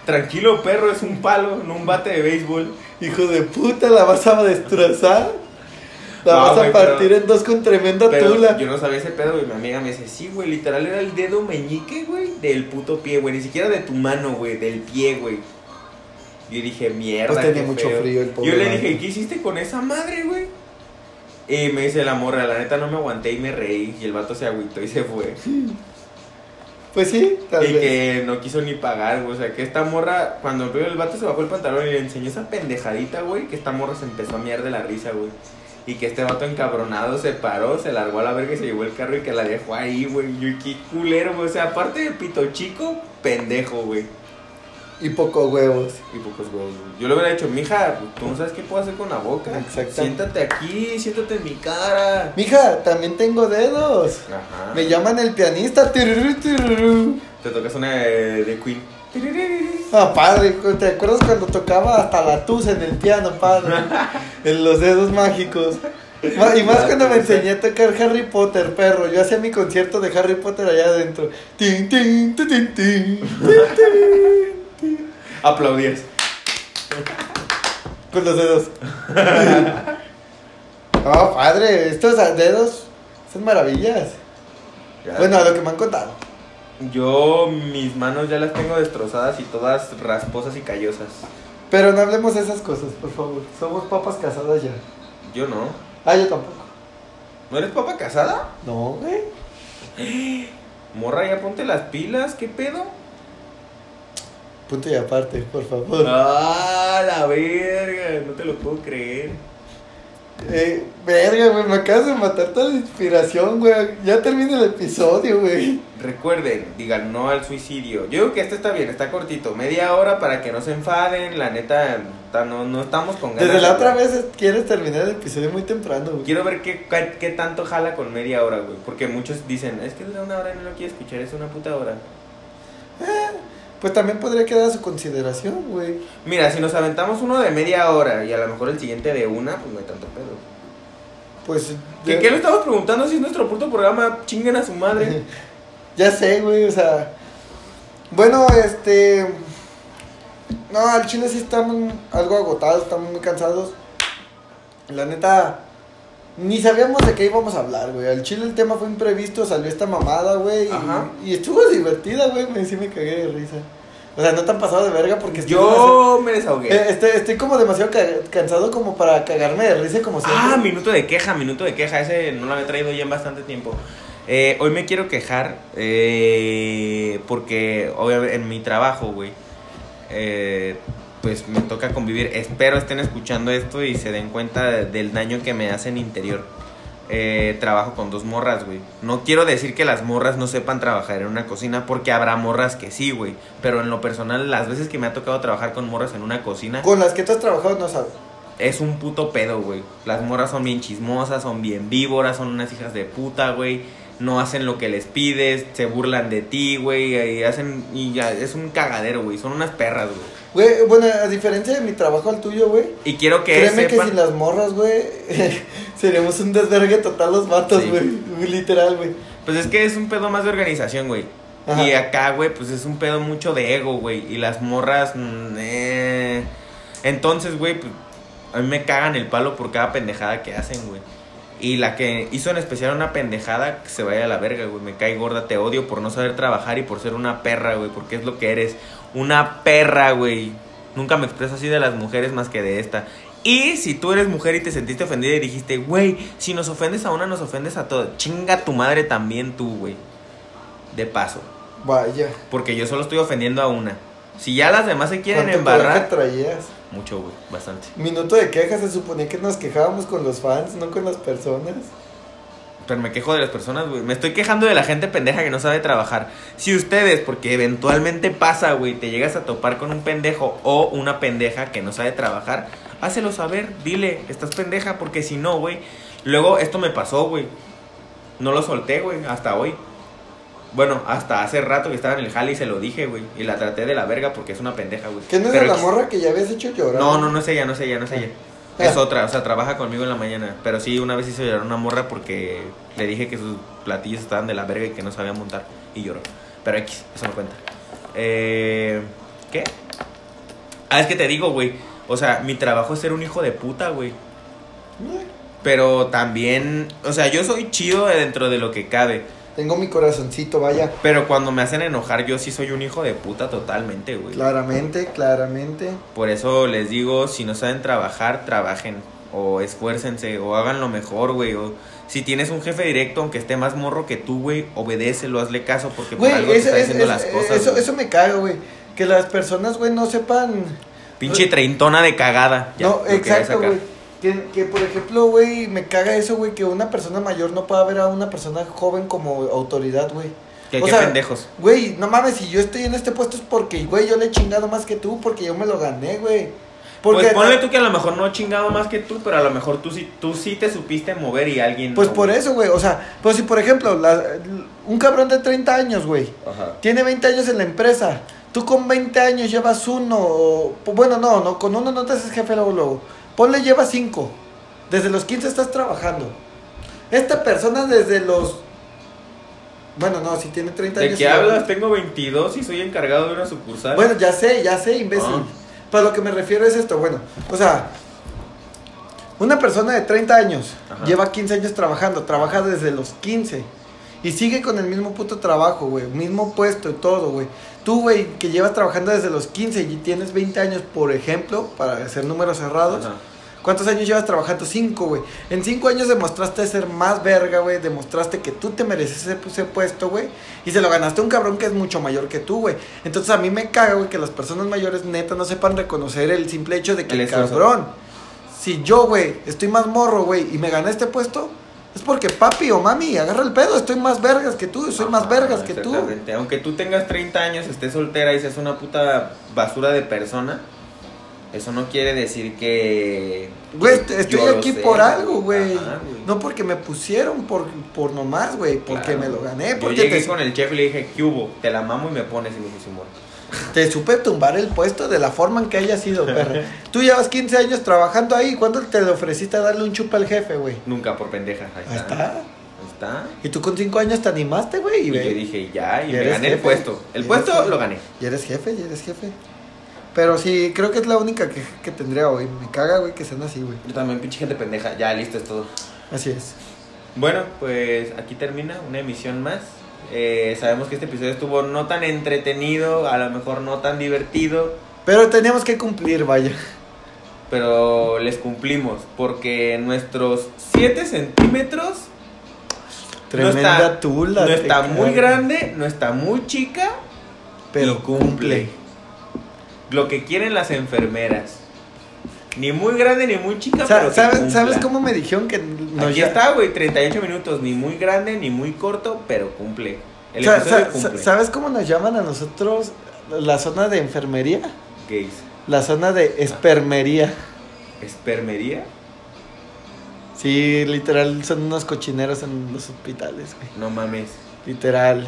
Tranquilo, perro, es un palo, no un bate de béisbol.
Hijo de puta, la vas a destrozar. La
No,
vas a
güey, pero-
partir en dos con tremenda
Pero
tula.
yo no sabía ese pedo, güey. Mi amiga me dice, sí, güey, literal era el dedo meñique, güey, del puto pie, güey. Ni siquiera de tu mano, güey, del pie, güey. Yo dije, mierda.
Pues tenía
qué
mucho frío el pobre
Yo le
vato.
dije, ¿qué hiciste con esa madre, güey? Y me dice la morra, la neta no me aguanté y me reí. Y el vato se agüitó y se fue.
Pues sí, tal
y
vez.
que no quiso ni pagar, güey. O sea, que esta morra, cuando vio el vato se bajó el pantalón y le enseñó esa pendejadita, güey, que esta morra se empezó a miar de la risa, güey. Y que este vato encabronado se paró, se largó a la verga y se llevó el carro y que la dejó ahí, güey. Y yo, qué culero, güey. O sea, aparte de pito chico, pendejo, güey.
Y poco huevos.
Y pocos huevos, güey. Yo le hubiera dicho, mija, tú no sabes qué puedo hacer con la boca.
Exacto.
Siéntate aquí, siéntate en mi cara.
Mija, también tengo dedos.
Ajá.
Me llaman el pianista. Tururú, tururú.
Te tocas una de, de Queen.
Ah, padre, ¿te acuerdas cuando tocaba hasta la tusa en el piano, padre? en los dedos mágicos. Ma- Y más
La
cuando me
tusa.
enseñé a tocar Harry Potter, perro. Yo hacía mi concierto de Harry Potter allá adentro. Tin, tin, tin, tin, tin, tin, tin, tin.
Aplaudías.
Con los dedos. Ah, padre, estos dedos son maravillas.
Ya.
Bueno, a lo que me han contado.
Yo mis manos ya las tengo destrozadas y todas rasposas y callosas.
Pero no hablemos de esas cosas, por favor. Somos papas casadas ya.
Yo no.
Ah, yo tampoco.
¿No eres papa casada?
No, güey.
Morra, ya ponte las pilas, ¿qué pedo?
Punto y aparte, por favor.
Ah, la verga, no te lo puedo creer.
Eh, verga, güey, me acabas de matar toda la inspiración, güey. Ya termina el episodio, güey.
Recuerden, digan no al suicidio. Yo digo que este está bien, está cortito, media hora para que no se enfaden. La neta, ta- no, no estamos con ganas.
Desde la
de-
otra vez es- quieres terminar el episodio muy temprano, güey.
Quiero ver qué, qué, qué tanto jala con media hora, güey. Porque muchos dicen, es que dura una hora y no lo quiero escuchar, es una puta hora.
Pues también podría quedar a su consideración, güey.
Mira, si nos aventamos uno de media hora y a lo mejor el siguiente de una, pues no hay tanto pedo.
Pues.
¿Qué,
ya-
qué le estamos preguntando si es nuestro puto programa? Chinguen a su madre.
Ya sé, güey, o sea. Bueno, este. No, al chile sí estamos algo agotados, estamos muy cansados. La neta. Ni sabíamos de qué íbamos a hablar, güey. Al chile el tema fue imprevisto, salió esta mamada, güey. y-
Ajá.
Y, estuvo divertida, güey. Me, sí me cagué de risa. O sea, no tan pasado de verga porque estoy demasiado-
Yo me desahogué.
eh, estoy, estoy como demasiado ca- cansado como para cagarme de risa como siempre.
ah, minuto de queja, minuto de queja. Ese no lo había traído ya en bastante tiempo. Eh, hoy me quiero quejar eh, porque obviamente en mi trabajo, güey, eh, pues me toca convivir. Espero estén escuchando esto y se den cuenta de- del daño que me hacen interior. Eh, trabajo con dos morras, güey. No quiero decir que las morras no sepan trabajar en una cocina porque habrá morras que sí, güey. Pero en lo personal, las veces que me ha tocado trabajar con morras en una cocina,
Con las que tú has trabajado no sabes.
es un puto pedo, güey. Las morras son bien chismosas, son bien víboras, son unas hijas de puta, güey. No hacen lo que les pides, se burlan de ti, güey. Y hacen. Y ya, es un cagadero, güey. Son unas perras, güey.
Güey, bueno, a diferencia de mi trabajo al tuyo, güey.
Y quiero que
Créeme que
sepan.
sin las morras, güey, seríamos un desvergue total los vatos,
Sí.
güey. Literal, güey.
Pues es que es un pedo más de organización, güey.
Ajá.
Y acá, güey, pues es un pedo mucho de ego, güey. Y las morras. mm, eh. Entonces, güey, pues, a mí me cagan el palo por cada pendejada que hacen, güey. Y la que hizo en especial una pendejada, que se vaya a la verga, güey. Me cae gorda, te odio por no saber trabajar y por ser una perra, güey. Porque es lo que eres. Una perra, güey. Nunca me expreso así de las mujeres más que de esta. Y si tú eres mujer y te sentiste ofendida y dijiste, güey, si nos ofendes a una, nos ofendes a todas. Chinga tu madre también tú, güey. De paso.
Vaya.
Porque yo solo estoy ofendiendo a una. Si ya las demás se quieren
¿Cuánto coraje
embarrar.
traías?
Mucho, güey. Bastante.
Minuto de quejas, se suponía que nos quejábamos con los fans, no con las personas.
Pero me quejo de las personas, güey. Me estoy quejando de la gente pendeja que no sabe trabajar. Si ustedes, porque eventualmente pasa, güey, te llegas a topar con un pendejo o una pendeja que no sabe trabajar, hácelo saber, dile, estás pendeja, porque si no, güey. Luego, esto me pasó, güey. No lo solté, güey, hasta hoy. Bueno, hasta hace rato que estaba en el jale y se lo dije, güey. Y la traté de la verga porque es una pendeja, güey.
¿Qué no es
Pero
de la
quis-
morra que ya habías hecho llorar?
No, no, no es ella, no es ella, no es ella. Es
Ah.
otra, o sea, trabaja conmigo en la mañana. Pero sí, una vez hizo llorar una morra porque le dije que sus platillos estaban de la verga y que no sabía montar. Y lloró. Pero X, eso no cuenta. Eh, ¿Qué? Ah, es que te digo, güey. O sea, mi trabajo es ser un hijo de puta, güey. Pero también, o sea, yo soy chido dentro de lo que cabe.
Tengo mi corazoncito, vaya.
Pero cuando me hacen enojar, yo sí soy un hijo de puta totalmente, güey.
Claramente, claramente.
Por eso les digo, si no saben trabajar, trabajen. O esfuércense, o hagan lo mejor, güey. O si tienes un jefe directo, aunque esté más morro que tú, güey, obedécelo, hazle caso, porque por
Güey,
algo te
eso,
está
es-
diciendo
es- eh,
las cosas.
eso,
güey.
eso me caga, güey. Que las personas, güey, no sepan.
Pinche treintona de cagada. Ya,
eh,
lo
no,
quería
exacto,
sacar.
güey. Que, que, por ejemplo, güey, me caga eso, güey, que una persona mayor no pueda ver a una persona joven como autoridad, güey.
Que
O
qué
sea,
pendejos.
Güey, no mames, si yo estoy en este puesto es porque, güey, yo le he chingado más que tú, porque yo me lo gané, güey. Porque,
Pues ponle tú que a lo mejor no he chingado más que tú, pero a lo mejor tú sí, tú sí te supiste mover y alguien.
Pues
no,
por
güey.
eso, güey, o sea, pues si por ejemplo, la- un cabrón de 30 años, güey,
Ajá.
tiene 20 años en la empresa, tú con 20 años llevas uno, o- pues, bueno, no, no, con uno no te haces jefe luego, luego. Ponle llevas 5, desde los 15 estás trabajando. Esta persona desde los... Bueno, no, si tiene 30
¿De
años...
qué
en la-
hablas? Tengo 22 y soy encargado de una sucursal.
Bueno, ya sé, ya sé, imbécil.
Ah.
Pero lo que me refiero es esto, bueno, o sea, una persona de 30 años
Ajá.
lleva 15 años trabajando, trabaja desde los 15 y sigue con el mismo puto trabajo, güey, mismo puesto y todo, güey. Tú, güey, que llevas trabajando desde los 15 y tienes 20 años, por ejemplo, para hacer números cerrados,
Ajá.
¿Cuántos años llevas trabajando? Cinco, güey. En cinco años demostraste ser más verga, güey. Demostraste que tú te mereces ese, ese puesto, güey. Y se lo ganaste a un cabrón que es mucho mayor que tú, güey. Entonces a mí me caga, güey, que las personas mayores neta no sepan reconocer el simple hecho de que
El
el,
esfuerzo.
cabrón. Si yo, güey, estoy más morro, güey, y me gané este puesto, es porque papi o mami, agarra el pedo. Estoy más vergas que tú, soy más
Ajá,
vergas que tú.
Ah, exactamente. Aunque tú tengas 30 años, estés soltera y seas una puta basura de persona, eso no quiere decir que.
Güey,
que
est- estoy
yo lo
aquí
sea,
por algo, güey.
Ajá, güey.
No porque me pusieron por, por nomás, güey, porque
Claro.
me lo gané,
Yo
porque
llegué
te-
con el chef y le dije, ¿qué hubo? Te la mamo y me pones. Y me dijo, Simón.
Te supe tumbar el puesto de la forma en que haya sido, perra. Tú llevas 15 años trabajando ahí. ¿Cuándo te le ofreciste a darle un chupa al jefe, güey?
Nunca por pendeja. Ahí
Ahí
está. Ahí
está.
está.
Y tú con 5 años te animaste, güey.
Y
Y,
yo
ve.
dije, ya, y
Ya
me
eres
gané el
jefe.
puesto. El
Ya
puesto
eres jefe.
lo gané.
Ya eres jefe, ya eres jefe. Pero sí, creo que es la única que, que tendría hoy. Me caga, güey, que sean así, güey.
Yo también, pinche gente pendeja. Ya, listo, es todo.
Así es.
Bueno, pues aquí termina una emisión más. Eh, sabemos que este episodio estuvo no tan entretenido, a lo mejor no tan divertido,
Pero teníamos que cumplir, vaya.
pero les cumplimos porque nuestros 7 centímetros
Tremenda
no está,
tula.
no
te
está
cago.
muy grande, no está muy chica,
Pero
y cumple. Lo que quieren las enfermeras. Ni muy grande ni muy chica,
O sea,
pero que
¿sabes,
cumpla.
¿Sabes cómo me dijeron que nos
Aquí
ya-
está, güey, 38 minutos, ni muy grande ni muy corto, pero cumple. El
Sa-
episodio
sa-
cumple.
¿Sabes cómo nos llaman a nosotros la zona de enfermería?
Gays.
La zona de espermería.
¿Espermería?
Sí, literal, son unos cochineros en los hospitales, güey.
No mames.
Literal.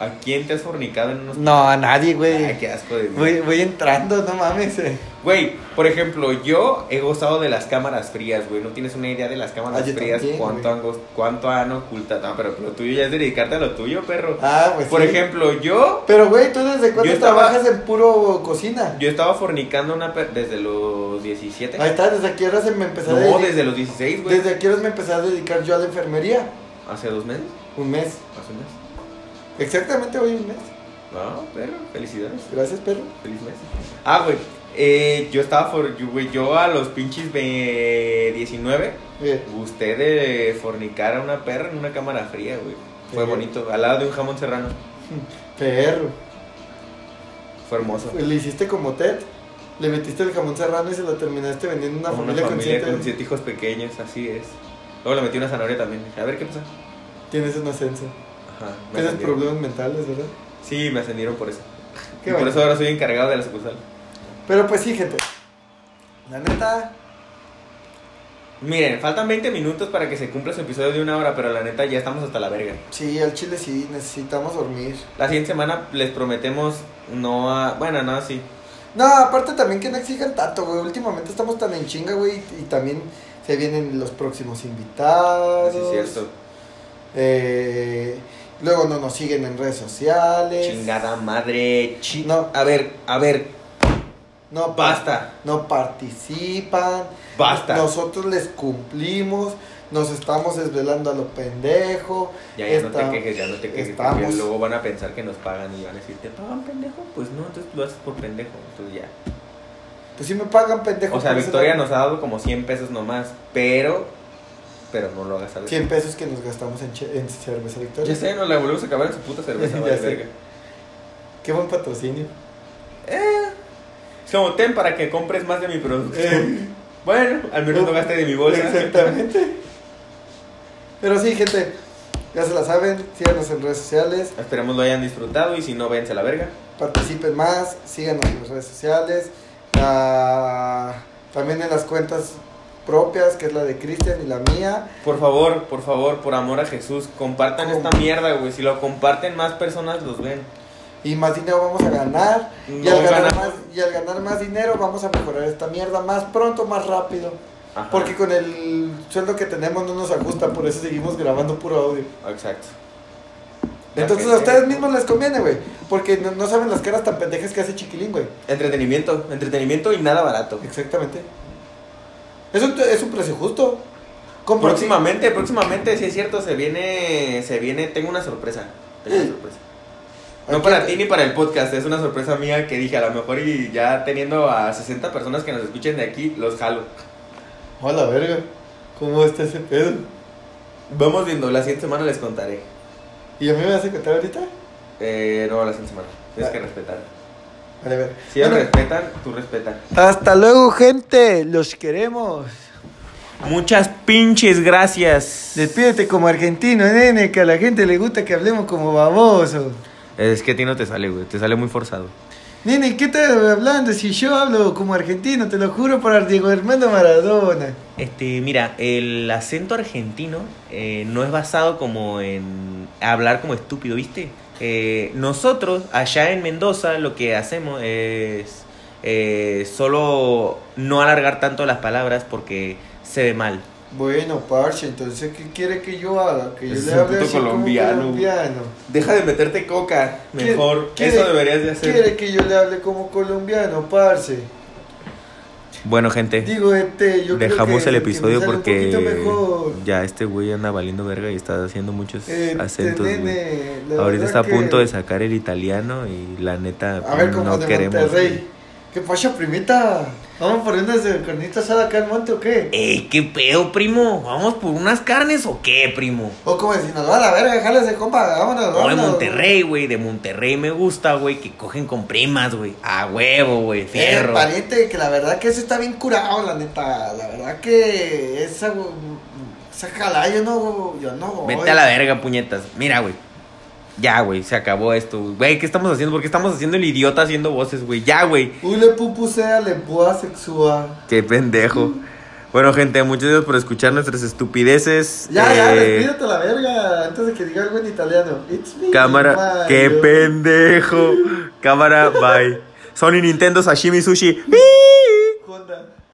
¿A quién te has fornicado en unos...
No, a nadie,
Ay,
güey.
qué asco de mí.
Voy, voy entrando, no mames. eh.
Güey, por ejemplo, yo he gozado de las cámaras frías, güey. No tienes una idea de las cámaras
Ah, yo
frías,
también,
cuánto,
güey.
han, gos- cuánto han ocultado. No, pero lo tuyo ya es dedicarte a lo tuyo, perro.
Ah, pues
por
sí.
ejemplo, yo...
Pero, güey, ¿tú desde cuándo
Yo estaba-
trabajas en puro cocina?
Yo estaba fornicando una per- desde los 17.
Ahí está, desde qué horas me empecé a
no,
dedicar.
desde los 16, güey.
pues, Desde qué horas me empecé a dedicar yo a la enfermería.
¿Hace dos meses?
Un mes.
¿Hace un mes?
Exactamente hoy un mes.
No, perro, felicidades.
Gracias, perro.
Feliz mes. Ah, güey. eh, yo estaba for... yo, güey, yo a los pinches de 19
Bien.
Usted de fornicar a una perra en una cámara fría, güey. Fue
Sí.
bonito, al lado de un jamón serrano.
Perro.
Fue hermoso.
Le hiciste como Ted. Le metiste el jamón serrano y se lo terminaste vendiendo a una,
Como
familia,
con,
con siete.
siete hijos pequeños, así es. Luego le metí una zanahoria también. A ver qué pasa.
Tienes un ascenso.
Ajá. me
Tienes
ascendieron.
problemas mentales, ¿verdad?
Sí, me ascendieron por eso.
Qué
Y por
bueno.
eso ahora soy encargado de la sucursal.
Pero pues sí, gente. La neta.
Miren, faltan 20 minutos para que se cumpla su episodio de una hora, pero la neta ya estamos hasta la verga.
Sí, al chile sí, necesitamos dormir.
La siguiente semana les prometemos no a... Bueno, no, sí.
No, aparte también que no exijan tanto, güey. Últimamente estamos tan en chinga, güey. Y también se vienen los próximos invitados.
Sí, es cierto.
Eh, luego no nos siguen en redes sociales.
Chingada madre. chi-
No.
A ver, a ver,
No, pa-
basta,
No participan.
basta.
Nosotros les cumplimos. Nos estamos desvelando a lo pendejo.
Ya, ya
Esta-
no te quejes, ya no te quejes.
estamos-
Porque luego van a pensar que nos pagan y van a decir, ¿te pagan pendejo? Pues no, entonces lo haces por pendejo. Entonces ya.
Pues sí me pagan pendejo.
O sea,
por eso
Victoria
pues, no-
nos ha dado como 100 pesos nomás, pero. Pero no lo hagas a
100 pesos que nos gastamos en, che- en cerveza, Victoria.
Ya sé, nos la volvemos a acabar en su puta cerveza,
Ya
vale
sé.
verga.
Qué buen patrocinio.
Eh, Es como ten para que compres más de mi producto.
Eh.
Bueno, al menos no gaste de mi bolsa.
Exactamente. Pero sí, gente. Ya se la saben. Síganos en redes sociales.
Esperemos lo hayan disfrutado y si no, véanse a la verga.
participen más, síganos en las redes sociales, ah, también en las cuentas propias, que es la de Cristian y la mía.
Por favor, por favor, por amor a Jesús, compartan
Com-
esta mierda, güey. Si lo comparten, más personas los ven.
Y más dinero vamos a ganar. Y,
No
al, ganar
ganamos.
más, y al ganar más dinero vamos a mejorar esta mierda más pronto, más rápido.
Ajá.
Porque con el sueldo que tenemos no nos ajusta, por eso seguimos grabando puro audio.
Exacto.
Entonces a ustedes mismos les conviene, güey. Porque no, no saben las caras tan pendejas que hace Chiquilín, güey.
Entretenimiento, entretenimiento y nada barato.
Exactamente. Es un, es un precio justo. Compro-
Próximamente, próximamente, si es cierto, se viene, se viene, tengo una sorpresa. Tengo una sorpresa. No
Aquí-
para ti ni para el podcast, es una sorpresa mía que dije, a lo mejor y ya teniendo a 60 personas que nos escuchen de aquí, los jalo.
Hola, verga. ¿Cómo está ese pedo?
Vamos viendo, la siguiente semana les contaré.
¿Y a mí me vas a contar ahorita?
Eh, no, la siguiente semana, tienes que respetar.
Vale, a ver.
Si ellos
Bueno,
respetan, tú respetas.
hasta luego, gente. Los queremos.
Muchas pinches gracias.
Despídete como argentino, nene, que a la gente le gusta que hablemos como baboso.
Es que a ti no te sale, güey, te sale muy forzado.
Nene, ¿qué estás hablando? Si yo hablo como argentino, te lo juro por Diego Armando Maradona.
Este, mira, el acento argentino eh, no es basado como en hablar como estúpido, ¿viste? Eh, nosotros allá en Mendoza lo que hacemos es eh, solo no alargar tanto las palabras porque se ve mal.
Bueno, parche, entonces, ¿qué quiere que yo haga? Que yo
Es
le
un
hable
puto
así como
colombiano.
colombiano.
Deja de meterte coca,
¿Quiere- quiere- ¿Quiere que yo le hable como colombiano, parce?
Bueno, gente,
Digo, este, yo creo
Eh, dejamos
que-
el
que
episodio
me sale
porque
Un poquito mejor.
ya este güey anda valiendo verga y está haciendo muchos
Eh,
acentos.
nene,
güey.
la
Ahorita
verdad
está a
que-
punto de sacar el italiano y la neta
A ver, como
no
de
queremos.
Monterrey. ¿Qué pasa, primita? ¿Vamos por unas de carnita asada acá en monte o qué?
Ey, qué pedo, primo. ¿Vamos por unas carnes o qué, primo?
O como de Sinaloa, la verga, déjale ese compa, vámonos,
O de
vámonos.
Monterrey, güey. De Monterrey me gusta, güey. Que cogen con primas, güey. A huevo, güey.
Eh,
Fierro.
pariente, que la verdad que eso está bien curado, la neta. La verdad que mm, esa, güey, esa jalada, yo no, yo no. voy.
Vete a la verga, puñetas. Mira, güey. Ya, güey. Se acabó esto. Güey, ¿qué estamos haciendo? ¿Por qué estamos haciendo el idiota haciendo voces, güey? Ya, güey.
Ule pupusea, le pua sexua.
Qué pendejo. Bueno, gente, muchas gracias por escuchar nuestras estupideces.
Ya, ya,
Eh,
despídete a la verga, antes de que diga algo en italiano. It's me,
Cámara,
Mario.
qué pendejo. Cámara, bye. Sony Nintendo Sashimi Sushi.
Honda.